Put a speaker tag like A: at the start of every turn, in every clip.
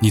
A: 你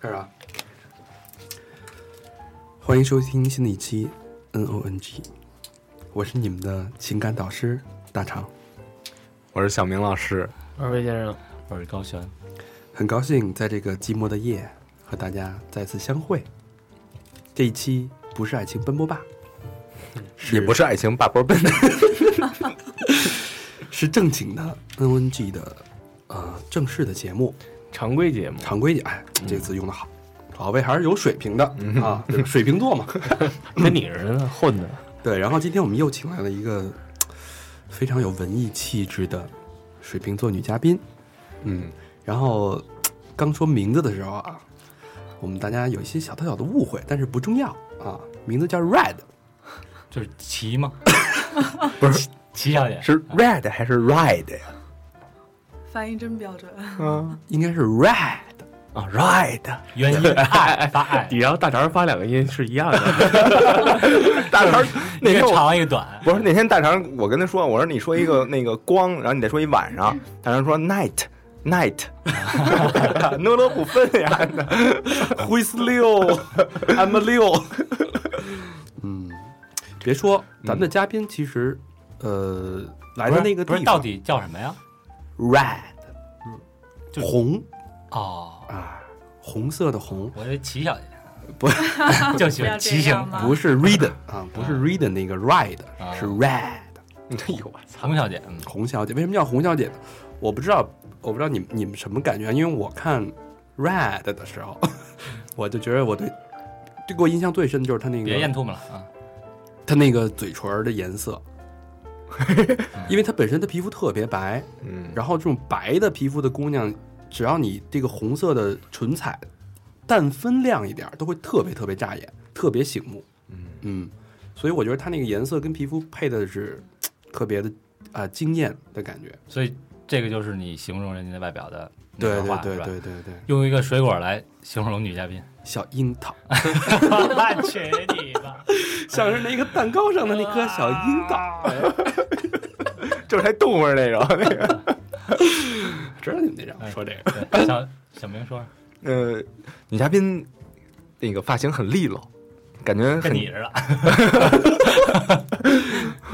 B: 干啥？欢迎收听新的一期 N O N G，我是你们的情感导师大长，
C: 我是小明老师。
D: 二位先生，
E: 我是高璇。
B: 很高兴在这个寂寞的夜和大家再次相会。这一期不是爱情奔波吧，
C: 也不是爱情霸波奔，
B: 是正经的 N O N G 的呃正式的节目，
C: 常规 节目。
B: 常规节，哎，这个词用的好，老魏还是有水平的啊，对吧 水瓶座嘛。
E: 跟你似的混的，
B: 对，然后今天我们又请来了一个非常有文艺气质的水瓶座女嘉宾，
C: 嗯，
B: 然后刚说名字的时候啊，我们大家有一些小小的误会，但是不重要啊。名字叫 Red，
E: 就是骑吗？
C: 不是，
E: 骑上去
C: 是 red 还是 ride 呀？
F: 翻译真标准，
B: 应该是 Red，
C: 啊，ride。
E: 原因爱发爱，
D: 你让大肠发两个音是一样的，
C: 大 肠那
E: 一个
C: 天哎我
E: 长一个短，
C: 不是那天大肠，我跟他说，我说你说一个那个光，然后你再说一晚上。大肠说 night night，诺罗不分呀。
B: 灰四六，M 六。嗯，别说嗯咱们的嘉宾其实，呃，来
E: 不
B: 的
E: 是
B: 那个
E: 不是
B: 地
E: 到
B: 方
E: 底叫什么呀？
B: Red，
E: 就
B: 红
E: 哦，
B: 啊，红色的红，
E: 我以为骑上去，
B: 不
E: 就喜欢骑行。
F: 吗
B: 不是 Red 啊，不是 Red 那个 Red，
E: 啊
B: 是 Red。
C: 哎呦我操！
E: 红小姐，嗯，
B: 红小姐，为什么叫红小姐呢？我不知道，我不知道你们你们什么感觉，啊因为我看 Red 的时候， 我就觉得我对对给我印象最深的就是她那
E: 别咽
B: 个
E: 吐沫了啊！
B: 她那个嘴唇儿的颜色， 因为她本身的皮肤特别白，
C: 嗯，
B: 然后这种白的皮肤的姑娘，只要你这个红色的唇彩但分亮一点儿，都会特别特别扎眼，特别醒目。
C: 嗯
B: 嗯，所以我觉得她那个颜色跟皮肤配的是特别的啊、呃惊艳的感觉。
E: 所以这个就是你形容人家的外表的那
B: 对
E: 段
B: 对
E: 话
B: 对
E: 是吧？
B: 对对对。
E: 用一个水果来形容女嘉宾，
B: 小樱桃，
E: 那去你吧！
B: 像是那个蛋糕上的那颗小樱桃。
C: 就是还动物那种。
B: 知道你们那张说这个，
E: 哎对，小小明说
C: 呃，女嘉宾那个发型很利落，感觉
E: 跟
C: 很
E: 你似的，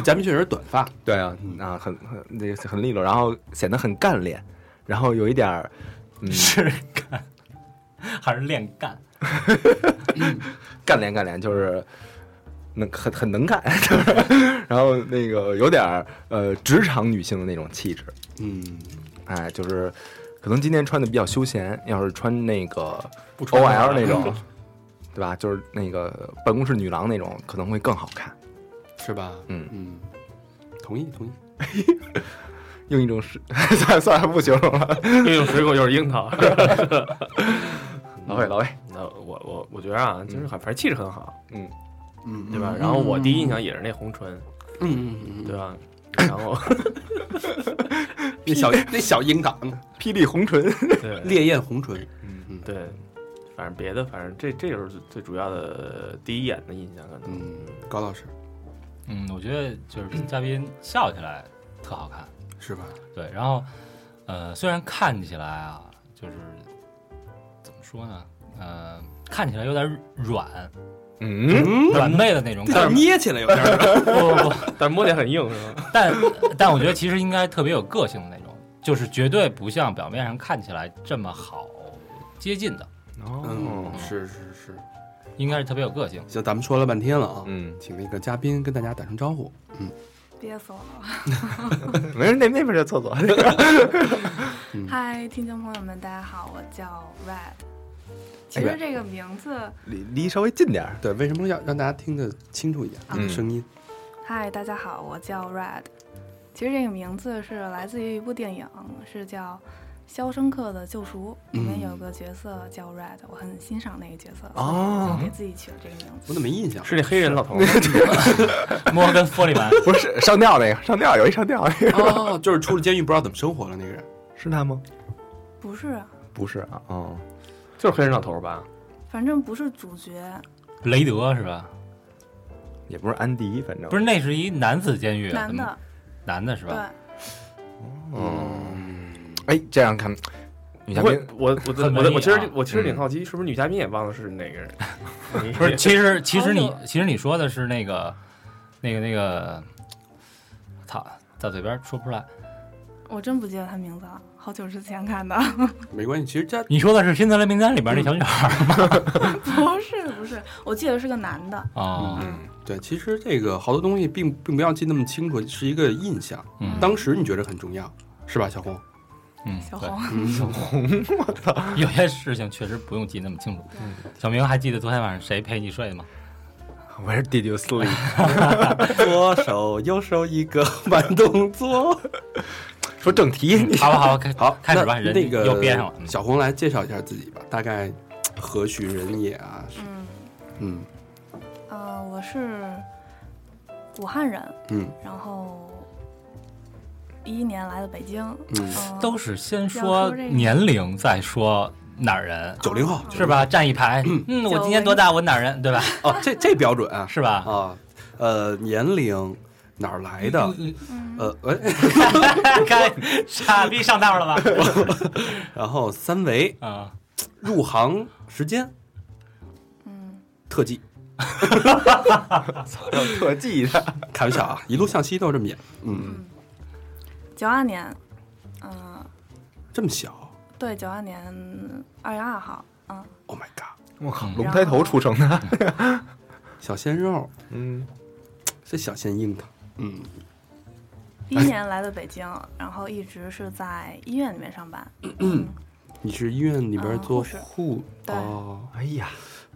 B: 嘉宾确实是短发，
C: 对啊，啊，很很那个很利落，然后显得很干练，然后有一点儿，嗯，
E: 是干还是练干？
C: 干练干练，就是能很很能干， 然后那个有点儿呃职场女性的那种气质，
B: 嗯，
C: 哎，就是可能今天穿的比较休闲，要是穿那个
E: 不穿
C: OL 那种， 对吧？就是那个办公室女郎那种，可能会更好看。
B: 是 吧？
C: 嗯
B: 嗯，同意同意。
C: 用一种是 算算了，不形容了。
D: 一种水果就是樱桃。
C: 老魏，老魏，
D: 那我我我觉得啊，就是很反正气质很好，
B: 嗯，
D: 对吧？然后我第一印象也是那红唇，
B: 嗯嗯嗯
D: 对吧？然后
B: 嗯， 那 小那小樱桃，
C: 霹雳红唇，
D: 对
B: 烈焰红唇，
D: 对，反正别的，反正这这就是最最主要的第一眼的印象，可能。
B: 嗯，高老师
E: 嗯，我觉得就是嘉宾笑起来特好看，
B: 是吧？
E: 对。然后，呃，虽然看起来啊，就是怎么说呢，呃，看起来有点软
C: 嗯，
E: 软妹的那种感觉，
B: 捏起来有 点儿，
D: 不不不，但摸起来很硬，是 吧？
E: 但但我觉得其实应该特别有个性的那种，就是绝对不像表面上看起来这么好接近的，
C: 哦
B: 嗯，，是是是。
E: 应该是特别有个性。
B: 行，咱们说了半天了啊，
C: 嗯，
B: 请那个嘉宾跟大家打声招呼。
F: 憋死我了。
C: 没事，那那边是厕所。
F: 嗨，听众朋友们，大家好，我叫 Red。其实这个名字，
C: 离离稍微近点儿。
B: 对，为什么要让大家听得清楚一点？
C: 嗯
B: 声音
F: 嗨，大家好，我叫 Red。其实这个名字是来自于一部电影，是叫《 《肖申克的救赎》里面有个角色叫 Red，我很欣赏那个角色，
C: 哦
F: 所以给自己取了这个名字。
B: 我怎么没印象？
D: 是那黑人老头 吗？
E: 摩根·弗里曼，
C: 不是上吊那个，上吊有一上吊那个，
B: 哦，就是出了监狱不知道怎么生活了那个人。
C: 是他吗？
F: 不是啊，
C: 不是啊，哦，
D: 就是黑人老头吧？
F: 反正不是主角，
E: 雷德是吧？
C: 也不是安迪，反正
E: 不是，那是一男子监狱啊，
F: 男
E: 怎么
F: 的，
E: 男的是
F: 对
E: 吧？，
C: 哎，这样看女嘉
D: 不会
C: 宾，
D: 我我
E: 很
D: 我
E: 文艺
D: 我其实
E: 啊
D: 我其实挺好奇，是不是女嘉宾也忘了是哪个 人？
E: 不是，其实其实
F: 好
E: 你
F: 久
E: 其实你说的是那个那个那个，操，到嘴边说不出来。
F: 我真不记得他名字了，好久之前看的。
B: 没关系，其实他
E: 你说的是《辛德勒名单》里边那小
B: 嗯
E: 女孩儿
F: 不是不是，我记得是个男的，
E: 啊？
B: 嗯，对，其实这个好多东西并并不要记那么清楚，是一个印象。
E: 嗯
B: 当时你觉得很重要，是吧，小红？
E: 嗯，
F: 小
E: 对
F: 红，
E: 有些事情确实不用记那么清楚。
B: 嗯
E: 小明还记得昨天晚上谁陪你睡吗？
C: 我是 Did you sleep？
B: 左手右手一个慢动作。
C: 说正题，你
E: 好吧，好吧，开
B: 好，
E: 开始吧，
B: 那
E: 人
B: 那个
E: 又编上了。
B: 小红来介绍一下自己吧，大概何许人也啊？
F: 嗯
B: 嗯
F: 呃，我是武汉人，
B: 嗯
F: 然后一一年来的北京，
B: 嗯，
F: 嗯
E: 都是先
F: 要
E: 说
F: 说这个
E: 年龄，再说哪儿人，
B: 九零后
E: 是吧？站一排， 嗯，我今年多大？我哪儿人，对吧？
B: 哦，这这标准啊
E: 是吧？
B: 啊，呃，年龄哪儿来的？
F: 嗯
B: 呃，哎，
E: 开傻逼上道了吧？
B: 然后三维
E: 啊，
B: 入行时间
F: 嗯，
B: 特技，
C: 特技的，
B: 开玩笑啊，一路向西都是这么演，嗯，
F: 九二年，嗯、
B: 这么小
F: 对，九二年二月二号，嗯、
B: ，Oh my god，
C: 我靠，龙抬头出生的，
B: 小鲜肉，
C: 嗯，
B: 这小鲜硬的，嗯，
F: 第一
B: 哎
F: 年来的北京，然后一直是在医院里面上 班，
B: 你是医院里边
F: 嗯
B: 做
F: 护士
B: 护
F: 对
B: 哦，
C: 哎呀，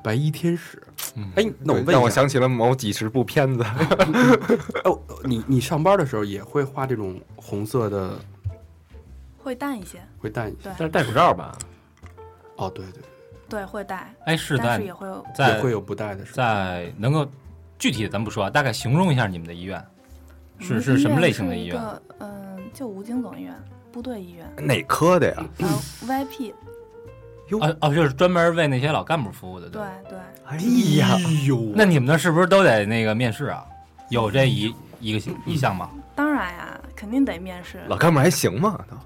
B: 白衣天使
E: 嗯，
B: 哎，那我问
C: 让我
B: 一下，
C: 想起了某几十部片子，
B: 哦，你你上班的时候也会画这种红色的，
F: 会淡一些，
B: 会戴
F: 对
D: 但是戴口罩吧？
B: 哦，对对，
F: 对，会淡，
E: 哎，是
F: 但
E: 在
F: 是也会有
E: 在
B: 也会有不戴的时候，
E: 在能够具体的咱不说，大概形容一下你们的医院
F: 我
E: 是
F: 们
E: 是什么类型的
F: 是
E: 医
F: 一
E: 院？
F: 个嗯、就吴京总医院、部队医 院，
C: 哪科的呀？
F: 然后 VIP，
E: 哦哦，就是专门为那些老干部服务的，
F: 对
E: 吧。
F: 对，
C: 哎呀，嗯
B: 呦
E: 那你们那是不是都得那个面试啊？有这一一个一项吗？
F: 当然呀，肯定得面
B: 嗯
F: 试。
C: 老哥们儿还行吗？都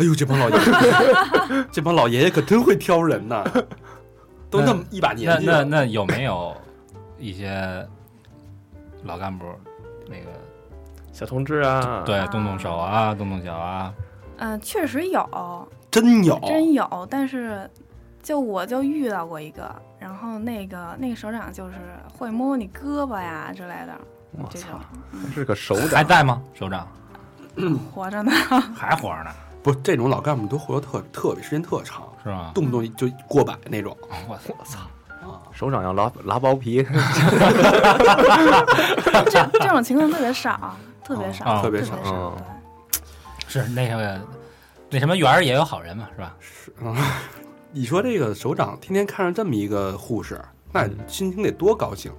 B: 哎呦，这帮老爷爷，这帮老爷爷可真会挑人呐，都那么一把
E: 那
B: 年纪
E: 那
B: 了，
E: 那有没有一些老干部那个
D: 小同志啊，
E: 对动动手啊，动动脚啊？
F: 嗯、确实有，
B: 真有，
F: 真有，但是就我就遇到过一个，然后那个那个首长就是会摸摸你胳膊呀之类的，
C: 我
F: 这种
C: 操，是个首
E: 还
C: 长，
E: 在吗，首长？
F: 活着呢。
E: 还活着呢，
B: 不是这种老干部都活得特特别时间特长，
E: 是吗？
B: 动不动就过百那种，
E: 我操！
C: 首长要拉拉包皮，
F: 这这种情况特别少，特别少，
E: 哦
B: 特别
F: 别
B: 少嗯
F: 少。
C: 哦
E: 是那个那什么园儿也有好人嘛，是吧？
B: 你说这个首长天天看上这么一个护士，那心情得多高兴，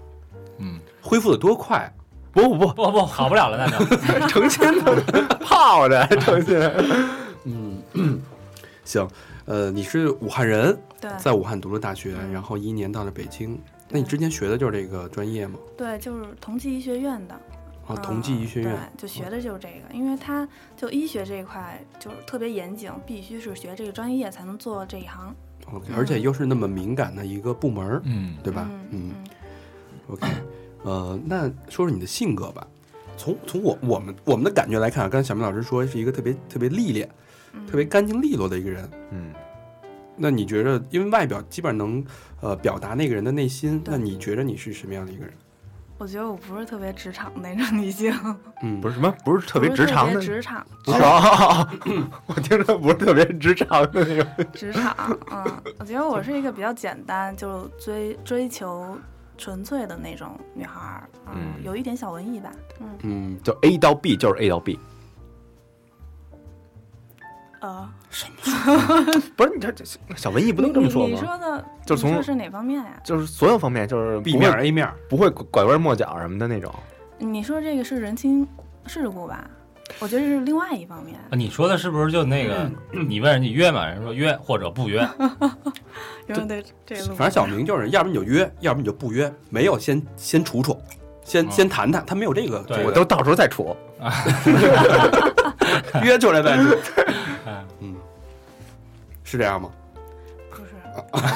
E: 嗯，
B: 恢复得多快，
C: 不不不，
E: 不不好不了了，那就
C: 成天的泡着，成天。
B: 嗯，行，呃，你是武汉人，
F: 对
B: 在
F: 对
B: 武汉读了大学，然后一一年到了北京，那你之前学的就是这个专业吗？
F: 对，就是同济医学院的。嗯
B: 啊，同
F: 哦
B: 济医学院，
F: 对，就学的就是这个，因为他就医学这一块就是特别严谨，必须是学这个专业才能做这一行，
B: OK，而且又是那么敏感的一个部门儿，
E: 嗯
B: 对吧？嗯
F: 嗯
B: o k 呃，那说说你的性格吧。从从我我们我们的感觉来看啊，刚才小明老师说是一个特别特别历练、
F: 嗯，
B: 特别干净利落的一个人。
C: 嗯，
B: 那你觉着，因为外表基本上能呃表达那个人的内心，
F: 对
B: 那你觉着你是什么样的一个人？
F: 我觉得我不是特别职场那种女性，
B: 嗯，
C: 不
B: 是
C: 是什么，不是特别
F: 不是
C: 职场的，
F: 别职场，
C: 职场， 我听着不是特别职场的那种。
F: 职场，嗯，我觉得我是一个比较简单，就追追求纯粹的那种女孩儿，嗯，
C: 嗯
F: 有一点小文艺吧，嗯，
B: 嗯，
C: 就 A 到 B 就是 A 到 B，
F: 呃，
C: 不是你这这小文艺不能这么说
F: 你你
C: 吗？
F: 说的
C: 就是
F: 你
C: 从
F: 说是哪方面呀？
C: 就是所有方面，就是不
B: B 面
C: 会
B: A 面，
C: 不会拐弯抹角什么的那种。
F: 你说这个是人情世故吧？我觉得是另外一方面，
E: 啊你说的是不是就那个？你问人家约嘛，人说约或者不约，
F: 有人对这个路。
B: 反正小明就是，要不你就约，要不你就不约，没有先先处处，先
E: 嗯
B: 先谈谈，他没有这个。
E: 对
B: 这个
C: 我都到时候再 处，
B: 约出 来呗。
E: 嗯
B: 嗯，是这样吗？
F: 不是，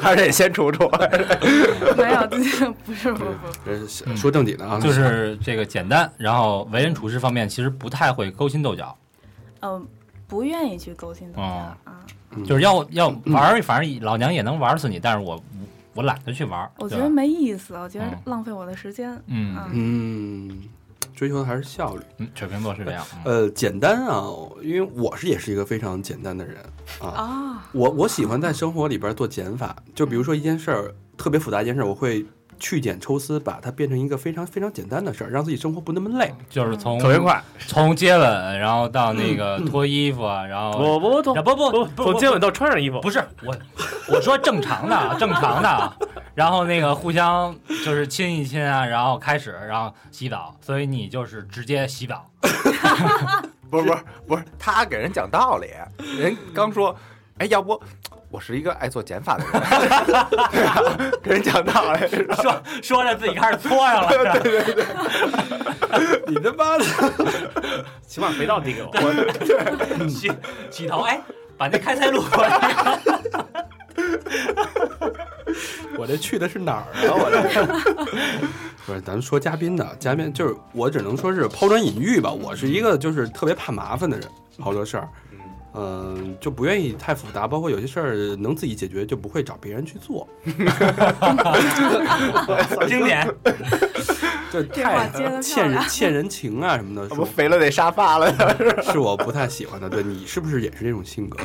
C: 还是得先处处。
F: 没有，不是，不是，不是，
B: 这是
E: 嗯
B: 说正经的啊，
E: 就是这个简单。然后为人处事方面其实不太会勾心斗角，
F: 呃，不愿意去勾心斗角
E: 哦
F: 啊。
D: 嗯
E: 就是要要玩儿，反正老娘也能玩死你，但是我我懒得去玩儿。
F: 我觉
E: 对
F: 得
C: 啊
E: 吧
F: 没啊意思，我觉得
C: 哦
E: 嗯
F: 浪费我的时间。
E: 嗯，
B: 嗯，追求的还是效率。
E: 嗯水瓶座是这样。嗯
B: 呃，简单啊，因为我是也是一个非常简单的人。
F: 啊，
B: 我我喜欢在生活里边做减法，就比如说一件事儿特别复杂一件事儿，我会去简抽丝，把它变成一个非常非常简单的事儿，让自己生活不那么累。
E: 就是从
D: 特别快，嗯
E: 从接吻，然后到那个脱衣服，啊然后
D: 我不
E: 然
D: 从
E: 后不不
D: 不
E: 不
D: 从接吻到穿上衣服，
E: 不是我，我说正常的啊，正常的啊。然后那个互相就是亲一亲啊，然后开始，然后洗澡，所以你就是直接洗澡。
C: 不是不是不是，他给人讲道理，人刚说，哎，要不我是一个爱做减法的人，对吧 给人讲道理 是吧
E: 说说着自己开始搓上 了，是吧
B: 你他妈的！
D: 起码肥皂 递给我，
E: 洗洗头，哎，把那开塞露 过来。
B: 我这去的是哪儿啊？ 我这不是，咱们说嘉宾的，嘉宾就是我，只能说是抛砖引玉吧。我是一个就是特别怕麻烦的人，好多事儿，嗯、就不愿意太复杂，包括有些事儿能自己解决，就不会找别人去做，
E: 经典，
B: 就
F: 这话
B: 太
F: 接得漂亮
B: 欠人欠人情啊什么的，
C: 要不
B: 是
C: 肥了得沙发了。
B: 是我不太喜欢的。对你是不是也是这种性格？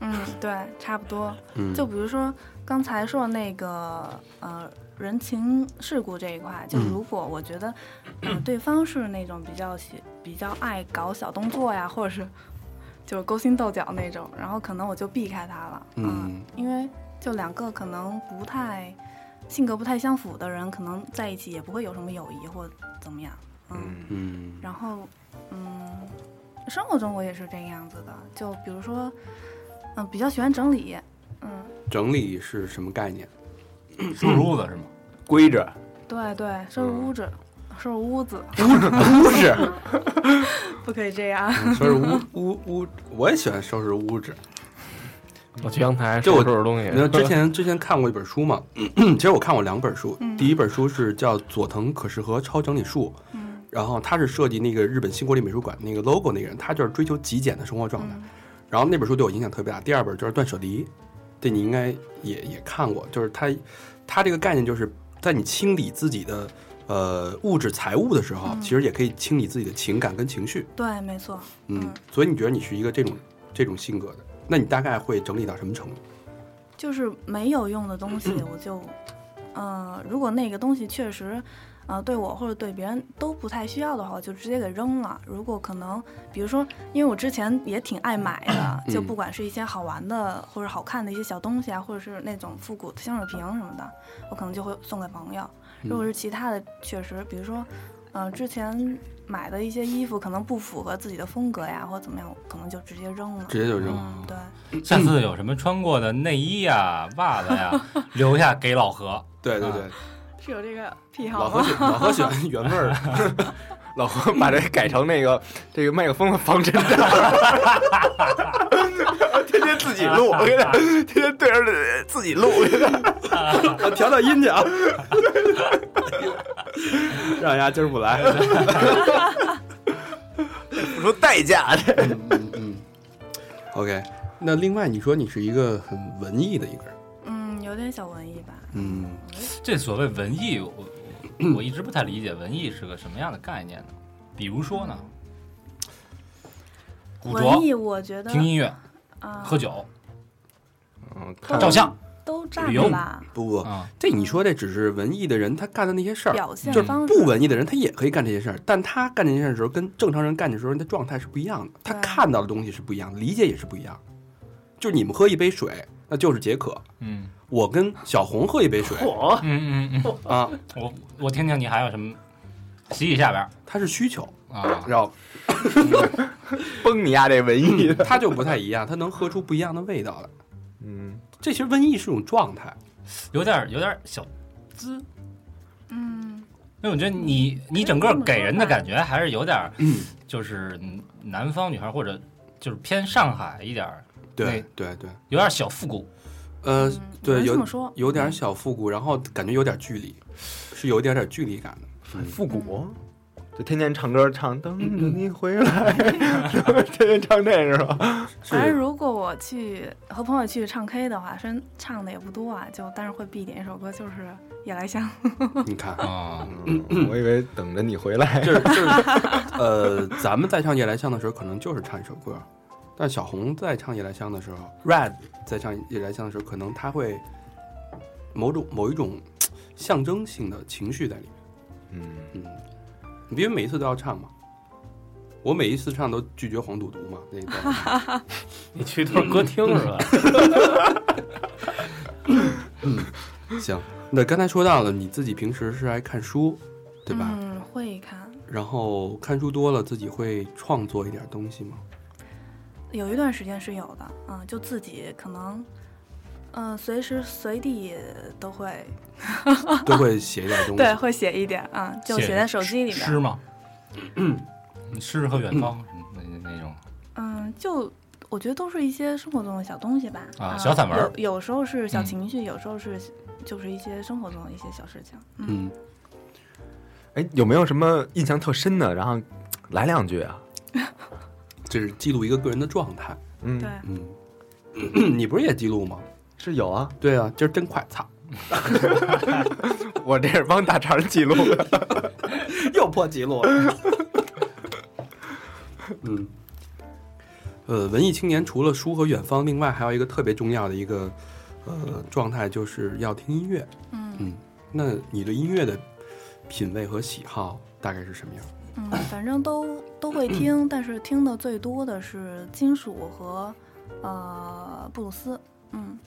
F: 嗯，对，差不多。
B: 嗯，
F: 就比如说刚才说的那个呃人情世故这一块，就
B: 嗯
F: 如果我觉得、呃、对方是那种比较喜比较爱搞小动作呀，或者是就是勾心斗角那种，然后可能我就避开他了，
B: 嗯
F: 因为就两个可能不太性格不太相符的人，可能在一起也不会有什么友谊或怎么样，嗯
B: 嗯
F: 然后，嗯，生活中我也是这个样子的，就比如说，嗯，比较喜欢整理，嗯，
B: 整理是什么概念？
E: 梳褥子是吗？
C: 规矩，
F: 对对，收拾屋子，收拾屋子，
B: 嗯屋子，
F: 不可以这样。
B: 嗯收拾屋 屋屋，我也喜欢收拾屋子。
D: 我去阳台
B: 这我
D: 收拾东西
B: 你知道之前之前看过一本书嘛？ 其实我看过两本书，
F: 嗯
B: 第一本书是叫《佐藤可士和超整理术》，
F: 嗯，
B: 然后他是设计那个日本新国立美术馆那个 logo 那个人，他就是追求极简的生活状态。
F: 嗯
B: 然后那本书对我影响特别大。第二本就是《断舍离》，这你应该也也看过，就是他他这个概念就是在你清理自己的呃物质财物的时候，
F: 嗯
B: 其实也可以清理自己的情感跟情绪。
F: 对，没错，
B: 嗯
F: 嗯，
B: 所以你觉得你是一个这种这种性格的，那你大概会整理到什么程度？
F: 就是没有用的东 西，我就，呃，如果那个东西确实，呃，对我或者对别人都不太需要的话，我就直接给扔了。如果可能，比如说，因为我之前也挺爱买的， 就
B: 嗯
F: 不管是一些好玩的或者好看的一些小东西啊，或者是那种复古的香水瓶什么的，我可能就会送给朋友。
B: 嗯
F: 如果是其他的，确实，比如说，呃，之前买的一些衣服可能不符合自己的风格呀，或者怎么样，我可能就直接扔了。
B: 直接就扔。
F: 嗯，对。
E: 下次有什么穿过的内衣呀、袜子呀，留下给老何。
B: 对对对，
F: 是有这个癖
B: 老何？喜老何喜欢原味儿，
C: 老何把这改成那 个这个麦克风的防震罩， 天天自己 录，我跟你讲，天天对着自 己录，我跟你讲
B: 我调调音去 啊，让人家今儿不 来。
C: 付出代价。
B: 嗯嗯嗯。OK，那另外你说你是一个很文艺的一个人，
F: 嗯，有点小文艺吧。
B: 嗯，
E: 这所谓文艺，我我我一直不太理解文艺是个什么样的概念呢？比如说呢，古
F: 文
E: 着、
F: 艺，我觉得
E: 听音乐、
F: 啊，
E: 喝酒、
C: 嗯，
E: 照相，
F: 都占
E: 旅游
F: 吧，
B: 不不，
E: 啊，
B: 这你说这只是文艺的人他干的那些事儿，
F: 表现
E: 就是
F: 方式
B: 不文艺的人他也可以干这些事儿，但他干这些事儿的时候跟正常人干的时候，他状态是不一样的，他
F: 对啊
B: 看到的东西是不一样的，理解也是不一样的。就是你们喝一杯水，那就是解渴；
E: 嗯
B: 我跟小红喝一杯水
D: 嚯，
E: 嗯嗯嗯，
B: 啊，
E: 我我听听你还有什么，洗洗下边儿
B: 他是需求，
E: 啊，
B: 然后
C: 崩你丫这文艺。
B: 他就不太一样，他能喝出不一样的味道来。
C: 嗯，
B: 这其实瘟疫是一种状态，
E: 有点儿有点儿小滋，
F: 嗯，
E: 因为我觉得你你整个给人的感觉还是有点儿，
C: 嗯
E: 就是南方女孩或者就是偏上海一点儿，
B: 对对对，
E: 有点小复古。
B: 呃
F: 嗯，
B: 对，
F: 能这
B: 有
F: 么说，
B: 有点小复古，然后感觉有点距离，是有一点点距离感的。
C: 复古，就天天唱歌唱《等着你回来》， 天天唱这是吧？
F: 反正如果我去和朋友去唱 K 的话，虽然唱的也不多啊，就但是会必点一首歌，就是《夜来香》。
B: 你看，
E: 啊，
C: 嗯我以为等着你回来。
B: 就是就是，呃，咱们在唱《夜来香》的时候，可能就是唱一首歌，但小红在唱《夜来香》的时候，Red 在唱《夜来香》的时候，可能他会某种某一种嘖象征性的情绪在里面。
C: 嗯，
B: 嗯，你因为每一次都要唱嘛，我每一次唱都拒绝黄赌毒嘛，那一 段。
D: 你去都是歌厅是 吧？
B: 行， 那刚才说到了，你自己平时是爱看书，对吧？
F: 嗯，会看。
B: 然后看书多了，自己会创作一点东西 吗？
F: 有一段时间是有的，嗯，就自己可能，嗯、随时随地都会，
B: 都会写一点东西。
F: 对，会写一点，啊，就
E: 写
F: 写在手机里
E: 诗
F: 面，
E: 吗？嗯，诗和远方什么的那那种
F: 嗯，就我觉得都是一些生活中的小东西吧，
E: 啊小散文儿
F: 有有时候是小
E: 嗯
F: 情绪，有时候是就是一些生活中的一些小事情，嗯，
B: 嗯，
C: 哎，有没有什么印象特深的？然后来两句啊。
B: 这是记录一个个人的状态。
C: 嗯
F: 对，，
B: 嗯，你不是也记录吗？
C: 是有啊，
B: 对啊，今儿真快，操，
C: 我这是帮大肠记 录的。
B: 又破记录了。 嗯，呃，文艺青年除了书和远方，另外还有一个特别重要的一个呃状态，就是要听音乐。
F: 嗯
B: 嗯，那你对音乐的品味和喜好大概是什么样？
F: 嗯，反正都都会听，但是听的最多的是金属和呃布鲁斯，嗯，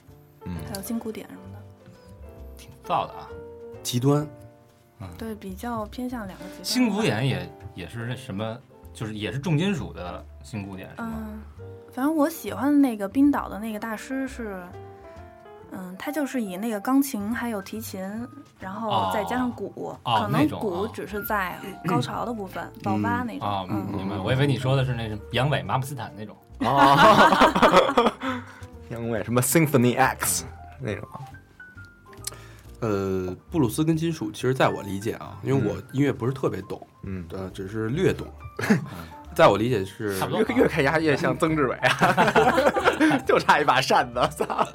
C: 嗯
F: 还有新古典什么的。
E: 挺燥的啊。
B: 极端，
F: 对，比较偏向两个极端。
E: 新古，典也也是那什么，就是也是重金属的新古典是吗？
F: 嗯，反正我喜欢的那个冰岛的那个大师是，嗯，他就是以那个钢琴还有提琴，然后再加上鼓，
E: 哦
F: 可
E: 那
F: 能
E: 种
F: 鼓
E: 哦
F: 只是在高潮的部分、爆发那种。
E: 啊，
F: 嗯，
E: 明白。我以为你说的是那什么杨伟、马姆斯坦那种。
C: 哦， 因为什么 Symphony X 那种，
B: 呃，布鲁斯跟金属，其实在我理解啊，因为我音乐不是特别懂，
C: 嗯，
B: 呃，只是略懂。在我理解是
E: 差不多
C: 越越看牙越像曾志伟啊， 就差一把扇子，操！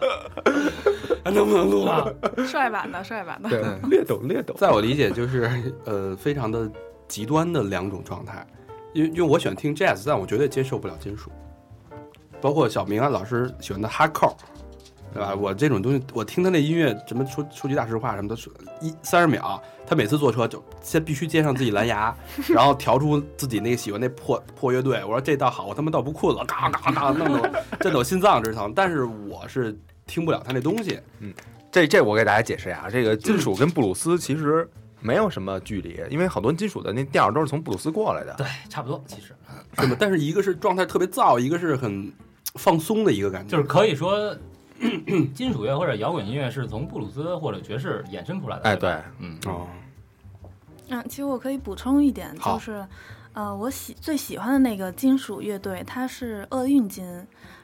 B: 能不能录
E: 啊
B: 了？
E: 嗯
F: 帅版的，帅版的。
C: 对，略懂略 懂。
B: 在我理解就是呃，非常的极端的两种状态，因为因为我喜欢听 jazz，但我绝对接受不了金属，包括小明啊老师喜欢的哈扣，对吧？我这种东西，我听他那音乐，什么说说句大实话什么的，说一三十秒，他每次坐车就先必须接上自己蓝牙，然后调出自己那个喜欢那破破乐队。我说这倒好，我他妈倒不困了，嘎嘎嘎，弄得我震得我心脏直疼。但是我是听不了他那东西，
C: 这这我给大家解释一下啊，这个金属跟布鲁斯其实没有什么距离，因为好多金属的那调儿都是从布鲁斯过来的。
E: 对，差不多，其实
B: 是吗？但是一个是状态特别燥，一个是很放松的一个感觉，
E: 就是可以说，金属乐或者摇滚音乐是从布鲁斯或者爵士衍生出来的。
C: 哎，
E: 对吧，
C: 对，
E: 嗯，
B: 哦，
F: 嗯，其实我可以补充一点，
B: 好
F: 就是，呃，我喜最喜欢的那个金属乐队，它是厄运金，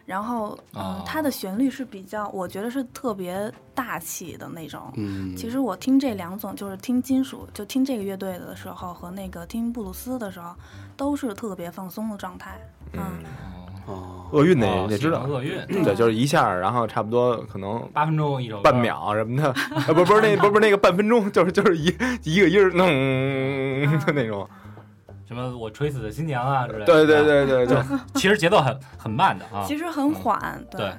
F: 然后，嗯、
E: 哦
F: 它的旋律是比较，我觉得是特别大气的那种。
B: 嗯，
F: 其实我听这两种，就是听金属，就听这个乐队的时候和那个听布鲁斯的时候，都是特别放松的状态。嗯，
B: 哦，
C: 厄运那
E: 哦
C: 也知道
E: 喜欢，厄运
C: 对，就是一下，然后差不多可能
E: 八分钟一首歌，
C: 半秒什么的，啊，不不是那不是不是那个半分钟， 就是就是一一个音儿弄
E: 啊
C: 的那种，
E: 什么我垂死的新娘啊之类的。
C: 对对
E: 啊
C: 对对 对，
E: 其实节奏很很慢的啊。
F: 其实很缓，对
E: 对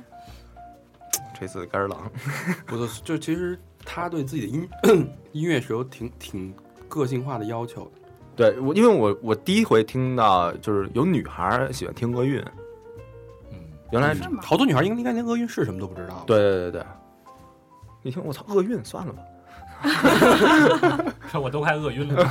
C: 这次干儿郎，
B: 我的就其实他对自己的音 音乐是有挺挺个性化的要求的。
C: 对我，因为我我第一回听到就是有女孩儿喜欢听厄运，
E: 嗯，
C: 原来
F: 是吗？
B: 好多女孩应该连俄运是什么都不知道。，
C: 对对对对， 一听我操厄运算了吧，
E: 这我都快饿晕了。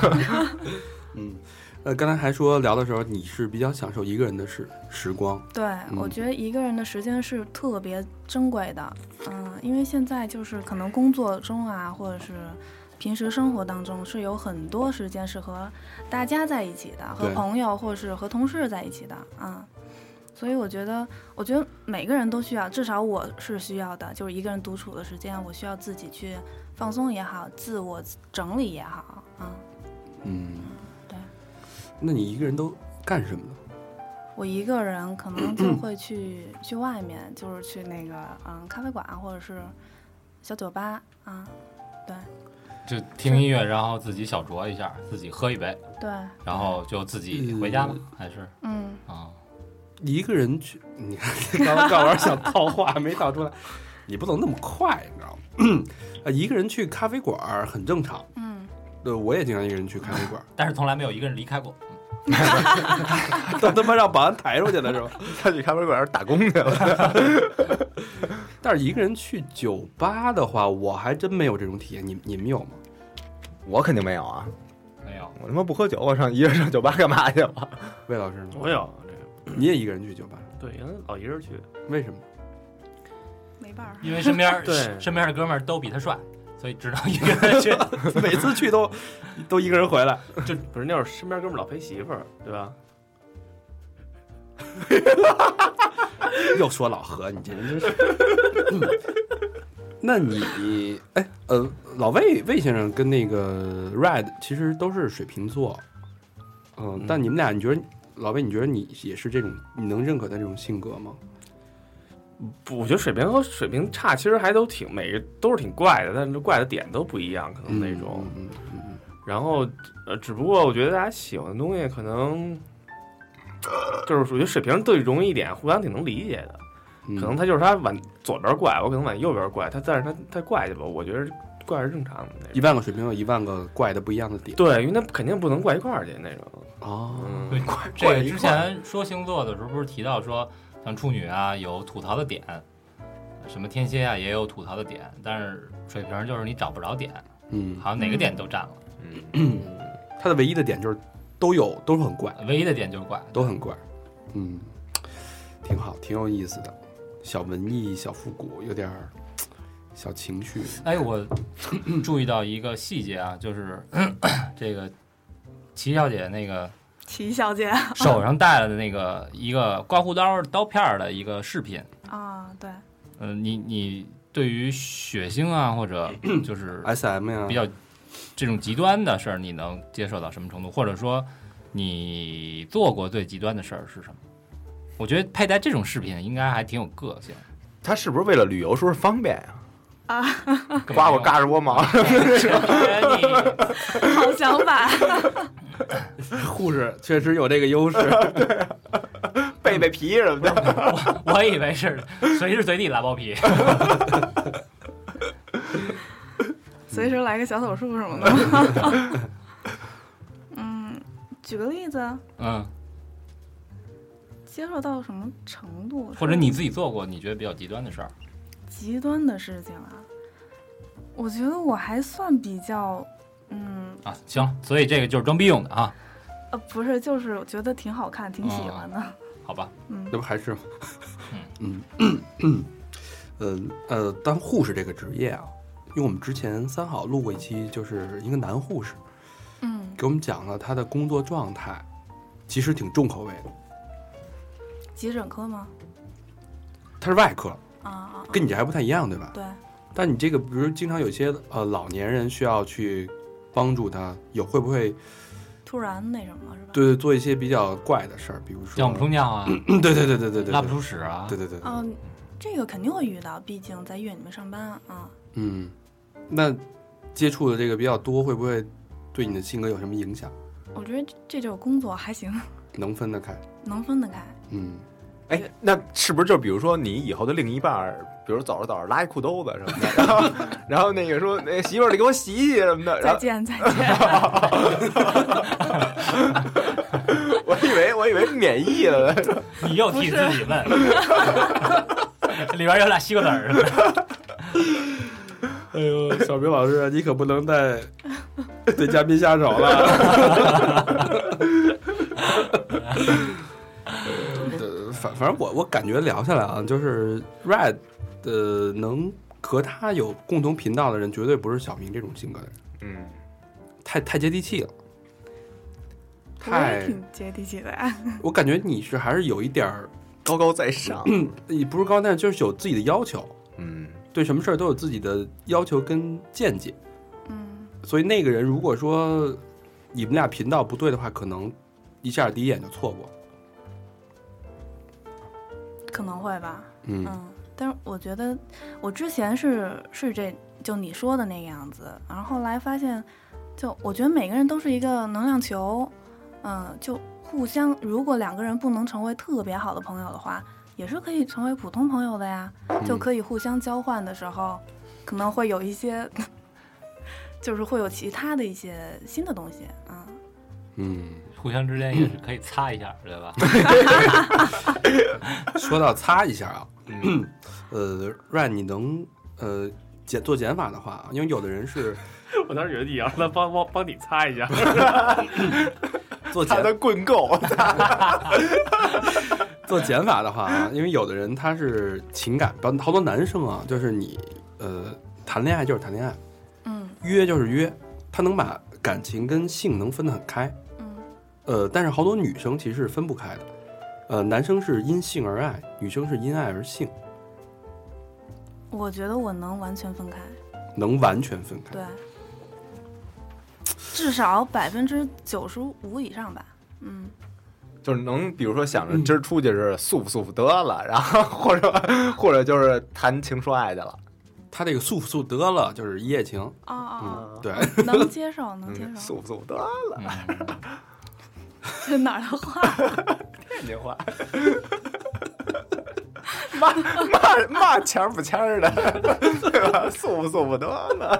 B: 嗯，呃，刚才还说聊的时候，你是比较享受一个人的时时光，
F: 对，我觉得一个人的时间是特别珍贵的，嗯，因为现在就是可能工作中啊，或者是平时生活当中是有很多时间是和大家在一起的，和
B: 对
F: 朋友或者是和同事在一起的啊、所以我觉得，我觉得每个人都需要，至少我是需要的，就是一个人独处的时间，我需要自己去放松也好，自我整理也好，啊、
B: 嗯，
F: 对。
B: 那你一个人都干什么呢？
F: 我一个人可能就会去去外面，就是去那个嗯咖啡馆或者是小酒吧啊，
E: 就听音乐，然后自己小酌一下，自己喝一杯，
F: 对，
E: 然后就自己回家了，还是
F: 嗯，
E: 啊？
B: 一个人去，你看刚刚玩想套话没套出来，你不能那么快，你知道吗？ 呃，一个人去咖啡馆儿很正常，
F: 嗯，
B: 呃，我也经常一个人去咖啡馆儿，
E: 但是从来没有一个人离开过。
B: 都他妈让保安抬出去了是吧？
C: 他去咖啡馆打工去了。
B: 但是一个人去酒吧的话，我还真没有这种体验，你你们有吗？
C: 我肯定没有啊，
E: 没有，
C: 我他妈不喝酒，我上一个人上酒吧干嘛去了？
B: 魏老师呢？
D: 我有这个，
B: 你也一个人去酒吧？
D: 对，原来老一人 去，
B: 为什么？
F: 没办法，
E: 因为身 边
D: 对
E: 身边的哥们儿都比他帅，所以只能一个人去。
B: 每次去都都一个人回来，
D: 就不是那会儿身边哥们儿老陪媳妇儿，对吧？
B: 又说老何，你这人真是。 嗯那你哎呃，老魏魏先生跟那个 Red 其实都是水瓶座，嗯，但你们俩，你觉得老魏，你觉得你也是这种你能认可他这种性格吗？
D: 不，我觉得水平和水平差其实还都挺每个都是挺怪的，但是怪的点都不一样，可能那种。
B: 嗯嗯嗯
D: 然后呃，只不过我觉得大家喜欢的东西可能就是我觉得水平对容易一点，互相挺能理解的。
B: 嗯，
D: 可能他就是他往左边怪，我可能往右边怪，他但是他他怪去吧，我觉得怪是正常的那
B: 一
D: 种。
B: 万个水瓶有一万个怪的不一样的点
D: 对，因为他肯定不能怪一块儿去那种。
B: 哦，
E: 对
D: 嗯，，
E: 这个之前说星座的时候不是提到说，像处女啊有吐槽的点，什么天蝎啊也有吐槽的点，但是水瓶就是你找不着点，
B: 嗯，
E: 好像哪个点都占了，
B: 他的唯一的点就是都有都是很怪，
E: 唯一的点就是怪。
B: 都很怪，嗯，挺好，挺有意思的，小文艺，小复古，有点儿小情绪，
E: 哎，我 注意到一个细节啊，就是 这个齐小姐那个
F: 齐小姐
E: 手上戴了的那个一个刮胡刀刀片儿的一个饰品。
F: 啊，对，
E: 嗯、你你对于血腥啊，或者 就是
B: ，S M 呀，
E: 比较这种极端的事儿，你能接受到什么程度？或者说，你做过最极端的事儿是什么？我觉得佩戴这种饰品应该还挺有个性。
C: 他是不是为了旅游时候方便呀、
E: 干
C: 刮
E: 嘛
C: 我
E: 用
C: 嘎吱窝毛，
E: 你
F: 好想法，
B: 护士确实有这个优势，
C: 背背皮什么的。
E: 我以为是随时随地拉包皮。
F: 随时来个小手术什么的。 嗯，举个例子，
E: 嗯，
F: 接受到什么程度，
E: 或者你自己做过你觉得比较极端的事儿？
F: 极端的事情啊，我觉得我还算比较，嗯，
E: 啊，行，所以这个就是装逼用的啊，
F: 呃，不是，就是我觉得挺好看，挺
E: 哦
F: 喜欢的。
E: 好吧？
F: 嗯
B: 那不还是，嗯嗯呃呃，当护士这个职业啊，因为我们之前三好录过一期，就是一个男护士
F: 嗯，
B: 给我们讲了他的工作状态，其实挺重口味的，
F: 急诊科吗？
B: 他是外科，
F: 啊啊，啊
B: 跟你这还不太一样，对吧？
F: 对，
B: 但你这个，比如经常有些呃老年人需要去帮助他，有会不会
F: 突然那什么是吧？，
B: 对做一些比较怪的事儿？比如说
E: 尿不出尿啊，
B: 嗯对对对对对对，
E: 拉不出屎啊
B: 对，对对，对
F: 嗯、这个肯定会遇到，毕竟在医院里面上班啊。
B: 嗯，那接触的这个比较多，会不会对你的性格有什么影响？
F: 我觉得这这就是工作还行，
B: 能分得开，
F: 能分得开。
B: 嗯，
C: 哎，那是不是就比如说你以后的另一半儿，比如走着走着拉一裤兜子什 么的，然后然后那个说那媳妇儿你给我洗洗什 么的，然
F: 再
C: 后
F: 见再见，
C: 我以为我以为免疫了呢，
E: 你又替自己问， 里边有俩西瓜子儿是吧，
B: 哎呦， 小明老师，你可不能再对嘉宾下手了。 呃，反反正我我感觉聊下来啊，就是 Red 呃，能和他有共同频道的人，绝对不是小明这种性格的人，
C: 嗯，
B: 太太接地气了。
F: 我也
B: 太，
F: 挺接地气的呀。
B: 我感觉你是还是有一点儿，
C: 高高在上，
B: 你不是高，但是就是有自己的要求，
C: 嗯，
B: 对什么事儿都有自己的要求跟见解。
F: 嗯，
B: 所以那个人如果说你们俩频道不对的话，可能一下第一眼就错过。
F: 可能会吧。
B: 嗯
F: 嗯，但是我觉得我之前是是这就你说的那个样子，然后后来发现，就我觉得每个人都是一个能量球，嗯、就互相，如果两个人不能成为特别好的朋友的话，也是可以成为普通朋友的呀，就可以互相交换的时候，可能会有一些， 就是会有其他的一些新的东西啊。
B: 嗯，
E: 互相之间也是可以擦一下，对吧？
B: 说到擦一下啊，呃，Ryan，你能呃减做减法的话，啊因为有的人 是
D: 我当时以为你要让他帮帮帮你擦一下，
B: 做
C: 他
B: 减
C: 的棍够，
B: 做减法的话啊，因为有的人他是情感，包括好多男生啊，就是你呃谈恋爱就是谈恋爱，
F: 嗯
B: 约就是约，他能把感情跟性能分得很开。
F: 嗯
B: 呃，但是好多女生其实是分不开的。呃，男生是因性而爱，女生是因爱而性，
F: 我觉得我能完全分开，
B: 能完全分开。
F: 对，至少百分之九十五以上吧。嗯，
C: 就是能比如说想着今儿出去是舒服舒服得了，然后或者 或者就是谈情说爱去了，
B: 他这个素不素得了，就是一夜情。
F: 哦哦，
B: 对，
F: 哦能接 受，能接
C: 嗯，
F: 受，
C: 舒服舒服得 了，
E: 嗯
F: 这 哪儿的话？
C: 天津
B: 啊
C: 话。骂骂骂钱儿不钱儿的， 对吧？素不素不得了。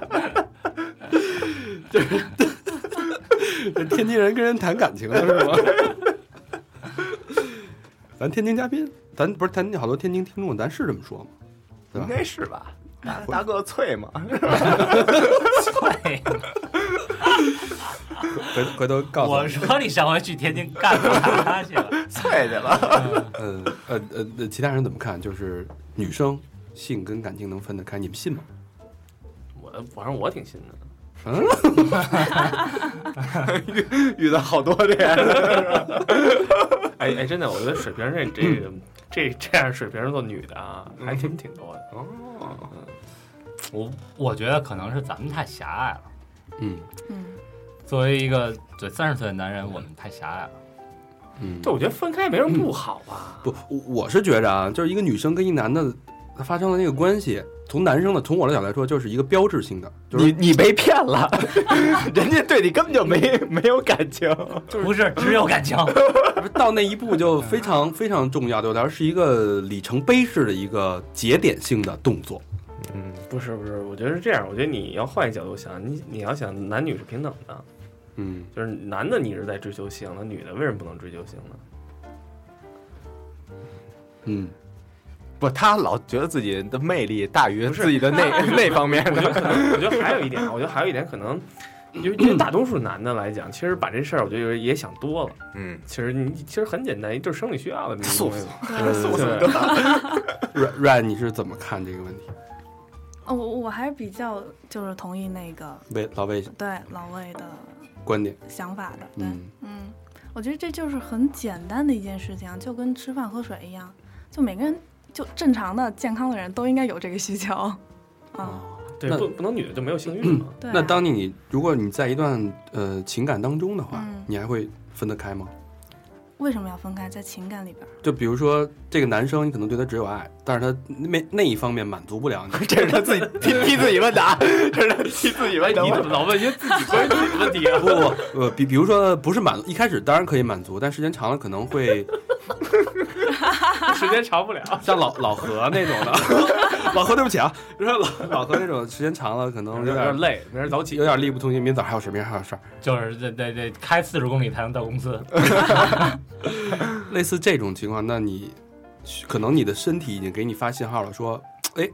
B: 这天津人跟人谈感情了是吗？ 咱天津嘉宾，咱不是咱好多天津听众，咱是这么说吗？对
C: 应
B: 吧？
C: 该是吧？大大个脆嘛，
E: 对
B: 回回头告诉
E: 我说你上回去天津干嘛去了？
C: 脆去了。
B: 呃呃呃呃，其他人怎么看？就是女生性跟感情能分得开，你们信吗？
D: 我反正我挺信的。
B: 嗯，
C: 遇到好多这样的，
D: 哎哎，真的，我觉得水瓶这这 个这这样水瓶座女的啊，还真挺多的。
E: 我我觉得可能是咱们太狭隘了。
B: 嗯
F: 嗯，
E: 作为一个对三十岁的男人，我们太狭隘了。
B: 嗯，
D: 这我觉得分开没什么不好吧？
B: 不，我我是觉着啊，就是一个女生跟一男的发生的那个关系，从男生的从我的角度来说，就是一个标志性的，就是
C: 你你被骗了， 人家对你根本就没没有感情。
E: 不是只有感 情，
B: 到那一步就非常
F: 嗯
B: 非常重要，对我来说是一个里程碑式的一个节点性的动作。
C: 嗯，
D: 不是不是，我觉得是这样。我觉得你要换一角度想，你你要想男女是平等的，
B: 嗯，
D: 就是男的你是在追求性，那女的为什么不能追求性呢？
B: 嗯，
C: 不，他老觉得自己的魅力大于自己的那那方面
D: 我觉得
C: 的。
D: 可能，我觉得还有一点，我觉得还有一点可能，因为因为大多数男的来讲，其实把这事儿我觉得也想多了。
C: 嗯，
D: 其实你其实很简单，就是生理需要的这
C: 素
D: 种东西。
B: 呃
D: 对，
B: 阮阮，你是怎么看这个问题？
F: 哦我我还是比较就是同意那个
B: 魏老魏
F: 对老魏的
B: 观点，
F: 想法的，对，
B: 嗯
F: 嗯，我觉得这就是很简单的一件事情，就跟吃饭喝水一样，就每个人就正常的健康的人都应该有这个需求，啊，
B: 啊，
D: 对，
B: 那
D: 不不能女的就没有性欲嘛？
F: 对啊，
B: 那当你如果你在一段呃情感当中的话，
F: 嗯
B: 你还会分得开吗？
F: 为什么要分开在情感里边儿？
B: 就比如说这个男生，你可能对他只有爱，但是他那那一方面满足不了你，
C: 这是他自己替替自己问的 啊，这是他替自己
D: 哎，
C: 问的
B: 嗯
D: 你。怎么老问些自己关于自己的问题啊？
B: 不不，呃，比比如说不是满足，一开始当然可以满足，但时间长了可能会
D: 时间长不了。
B: 像老老何那种的，老何对不起啊，就是老老何那种时间长了，可能有
D: 有点
B: 点
D: 累，明儿早起
B: 有。点力不从心，明早还有事，明儿还有事儿，
E: 就是得得得开四十公里才能到公司。
B: 类似这种情况，那你可能你的身体已经给你发信号了，说，哎，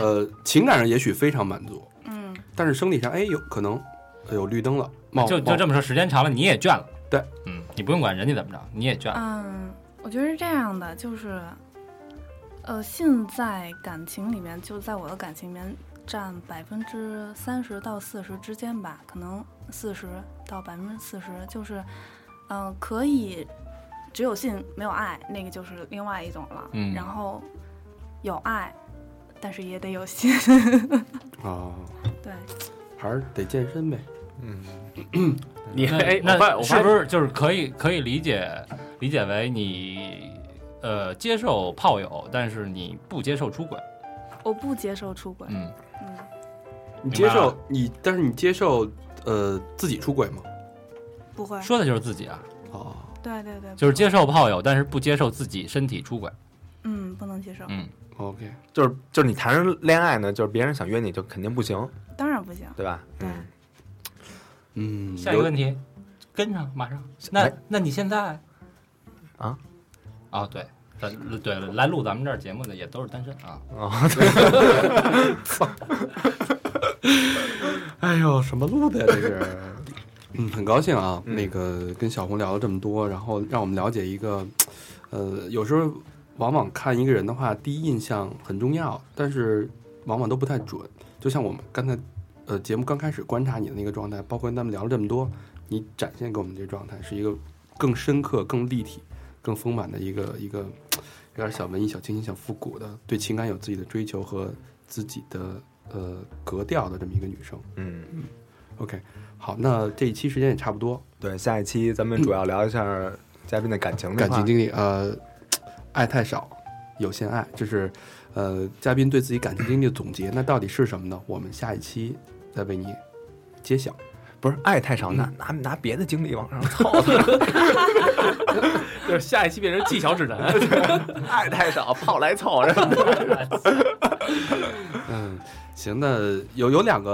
B: 呃，情感上也许非常满足，
F: 嗯，
B: 但是生理上，哎，有可能呃有绿灯了，冒
E: 就就
B: 冒
E: 这么说，时间长了你也倦了。
B: 哦对，
E: 嗯，你不用管人家怎么着，你也 倦了。
F: 嗯，我觉得是这样的，就是，呃，性在感情里面，就在我的感情里面占百分之三十到四十之间吧，可能四十到百分之四十，就是，嗯、可以只有性没有爱，那个就是另外一种了。
E: 嗯
F: 然后有爱，但是也得有 性。
B: 啊，
F: 对，
B: 还是得健身呗。
C: 嗯，
D: 你
E: 那
D: 哎，我发
E: 那
D: 我
E: 是
D: 发
E: 不是就是可以可以理解理解为你呃接受炮友，但是你不接受出轨？
F: 我不接受出轨。
E: 嗯，
F: 嗯，
B: 你
E: 明
B: 接
E: 白
B: 受
E: 了
B: 你，但是你接受呃自己出轨吗？
F: 不会。
E: 说的就是自己啊，
B: 哦，
F: 对对对，
E: 就是接受炮友，但是不接受自己身体出轨。
F: 嗯，不能接受，
E: 嗯，
B: OK，
C: 就是就是你谈着恋爱呢，就是别人想约你就肯定不行，
F: 当然不行。
C: 对吧？
F: 对，
C: 嗯，
B: 嗯，
E: 下一个问题，跟上马上。那那你现在
C: 啊？
E: 哎啊，对。咱对来录咱们这儿节目的也都是单身啊，
C: 哦，
B: 哎呦，什么路子呀？这是， 嗯，很高兴啊，
C: 嗯
B: 那个跟小红聊了这么多，然后让我们了解一个，呃，有时候往往看一个人的话，第一印象很重要，但是往往都不太准。就像我们刚才，呃，节目刚开始观察你的那个状态，包括咱们聊了这么多，你展现给我们这状态是一个更深刻、更立体、更丰满的一个一个，有点小文艺、小清新、小复古的，对情感有自己的追求和自己的呃格调的这么一个女生。
C: 嗯。
B: OK，好，那这一期时间也差不多，
C: 对，下一期咱们主要聊一下嘉宾的感情这
B: 感
C: 块
B: 情经历，呃，爱太少，有限爱，就是呃，嘉宾对自己感情经历的总结，那到底是什么呢？我们下一期再为你揭晓。
C: 不是爱太少，拿拿拿别的经历往上凑，
D: 就是下一期 变成技巧指南？
C: 爱太少，炮来凑，
B: 嗯，行，那有有两个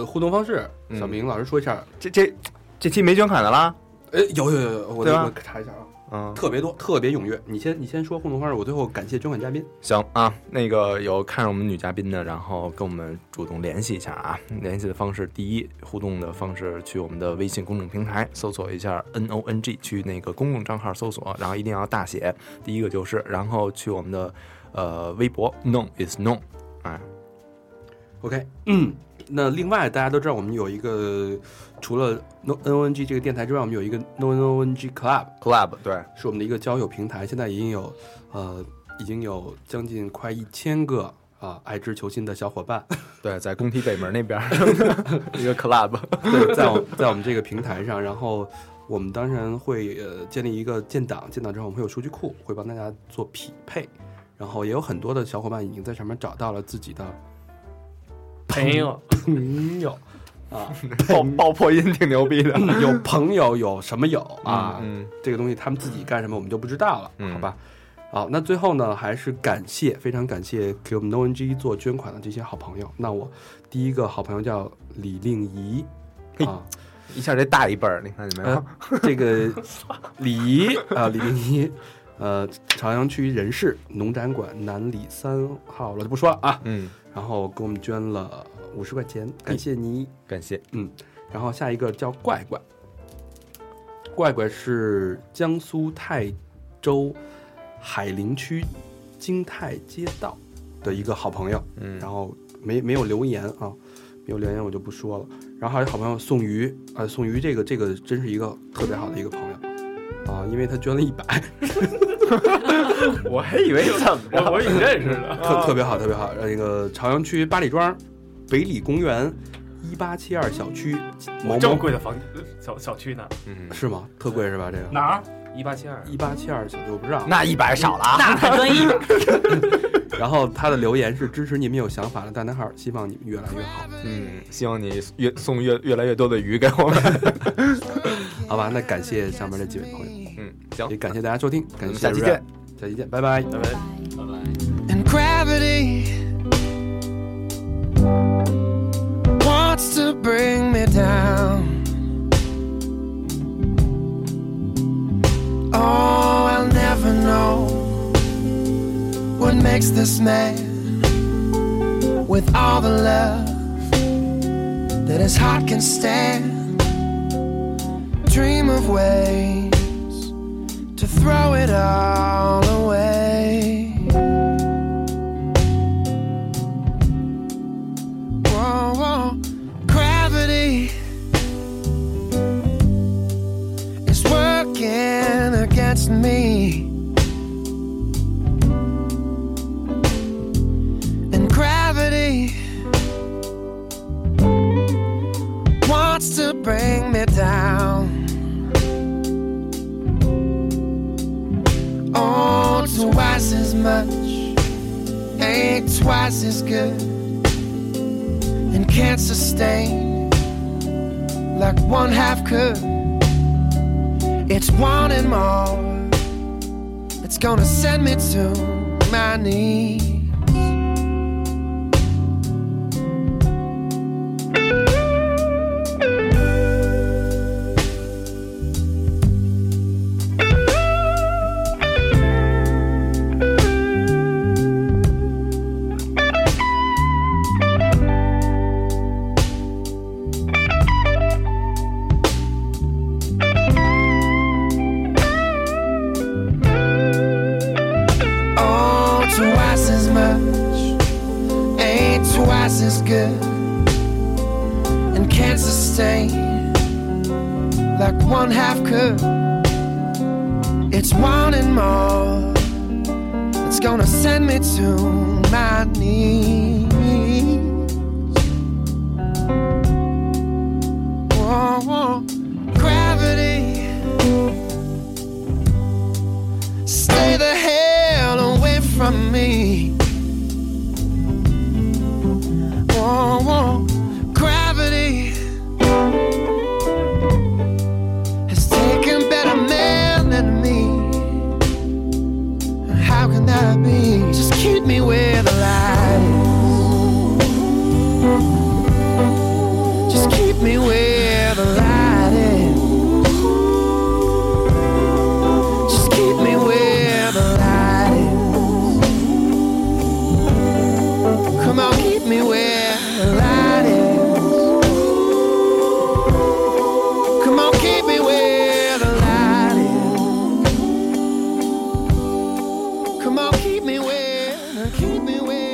B: 呃互动方式，
C: 嗯
B: 小明老师说一下。
C: 这这这期没捐款的啦，
B: 哎，有有有有，我
C: 对吧
B: 我查一下啊，
C: 嗯，
B: 特别多，特别踊跃。你先你先说互动方式，我最后感谢捐款嘉宾。
C: 行啊，那个有看上我们女嘉宾的，然后跟我们主动联系一下啊。联系的方式，第一互动的方式，去我们的微信公众平台搜索一下 N O N G，去那个公共账号搜索，然后一定要大写，第一个就是，然后去我们的呃微博 Known is Known，哎，
B: OK，嗯，那另外大家都知道，我们有一个除了 No N O N G 这个电台之外，我们有一个 No N O N G Club，
C: Club 对，
B: 是我们的一个交友平台，现在已经有呃已经有将近快一千个啊、爱之求新的小伙伴，
C: 对，在工体北门那边儿 一个 club，
B: 对，在我在我们这个平台上，然后。我们当然会呃建立一个建档，建档之后我们会有数据库，会帮大家做匹配，然后也有很多的小伙伴已经在上面找到了自己的
D: 没有，
B: 朋友啊，
C: 爆爆破音挺牛逼的。
B: 有朋友有什么有啊？
C: 嗯，
B: 这个东西他们自己干什么我们就不知道了，
C: 嗯
B: 好吧？好，那最后呢，还是感谢，非常感谢给我们 NoNG 做捐款的这些好朋友。那我第一个好朋友叫李令仪
C: 嘿
B: 啊，呃
C: 一下这大一辈儿，你看见没有？
B: 这 个李仪啊，李令仪，呃，朝阳区人事农展馆南里三号了，就不说了啊。
C: 嗯，
B: 然后给我们捐了五十块钱，感谢你。
C: 感谢。
B: 然后下一个叫怪怪，怪怪是江苏泰州海陵区金泰街道的一个好朋友，
C: 嗯
B: 然后没没有留言啊，没有留言我就不说了。然后还有好朋友宋瑜，啊，宋瑜这个这个真是一个特别好的一个朋友啊，因为他捐了一百，
C: 我还以为怎么
D: 我我已经认识了。
B: 特特别好，特别好。那个朝阳区八里庄北里公园一八七二小区某
D: 这么
B: 某
D: 贵的房小小区呢？
C: 嗯，
B: 是吗？特贵是吧？这个
E: 哪儿？
D: 一八七二，
B: 一八七二小区我不知道。
C: 那一百少了啊。
E: 那还专一。
B: 然后他的留言是支持你们有想法的大男孩，希望你们越来越好，
C: 嗯，希望你越送越越来越多的鱼给我们。
B: 好吧？那感谢上面这几位朋友，
C: 嗯，行
B: 也感谢大家收听，
C: 咱
B: 感
C: 们
B: 谢
C: 下期见，，
B: 下期见，拜拜。
C: 拜拜
F: 拜。拜。
E: 拜拜。
G: and gravity wants to bring me down. Oh, I'll never know what makes this man with all the love that his heart can stand. Dream of ways to throw it all away. whoa, whoa. Gravity is working against me. And gravity wants to bring me down. Oh, twice as much ain't twice as good and can't sustain like one half could. It's wanting more, it's gonna send me to my knees. Oh, twice as much ain't twice as good and can't sustain like one half could. It's wanting more, it's gonna send me to my knees. Whoa, whoa. Gravity. Stay the hell away from me. Whoa, whoa. Oh, Gravity has taken better men than me. And How can that be? Just keep me where the light is. Just keep me where the light is. Just keep me where the light is. Come on, keep me where the light is. Come on, keep me where the light is. Come on, keep me where, keep me where.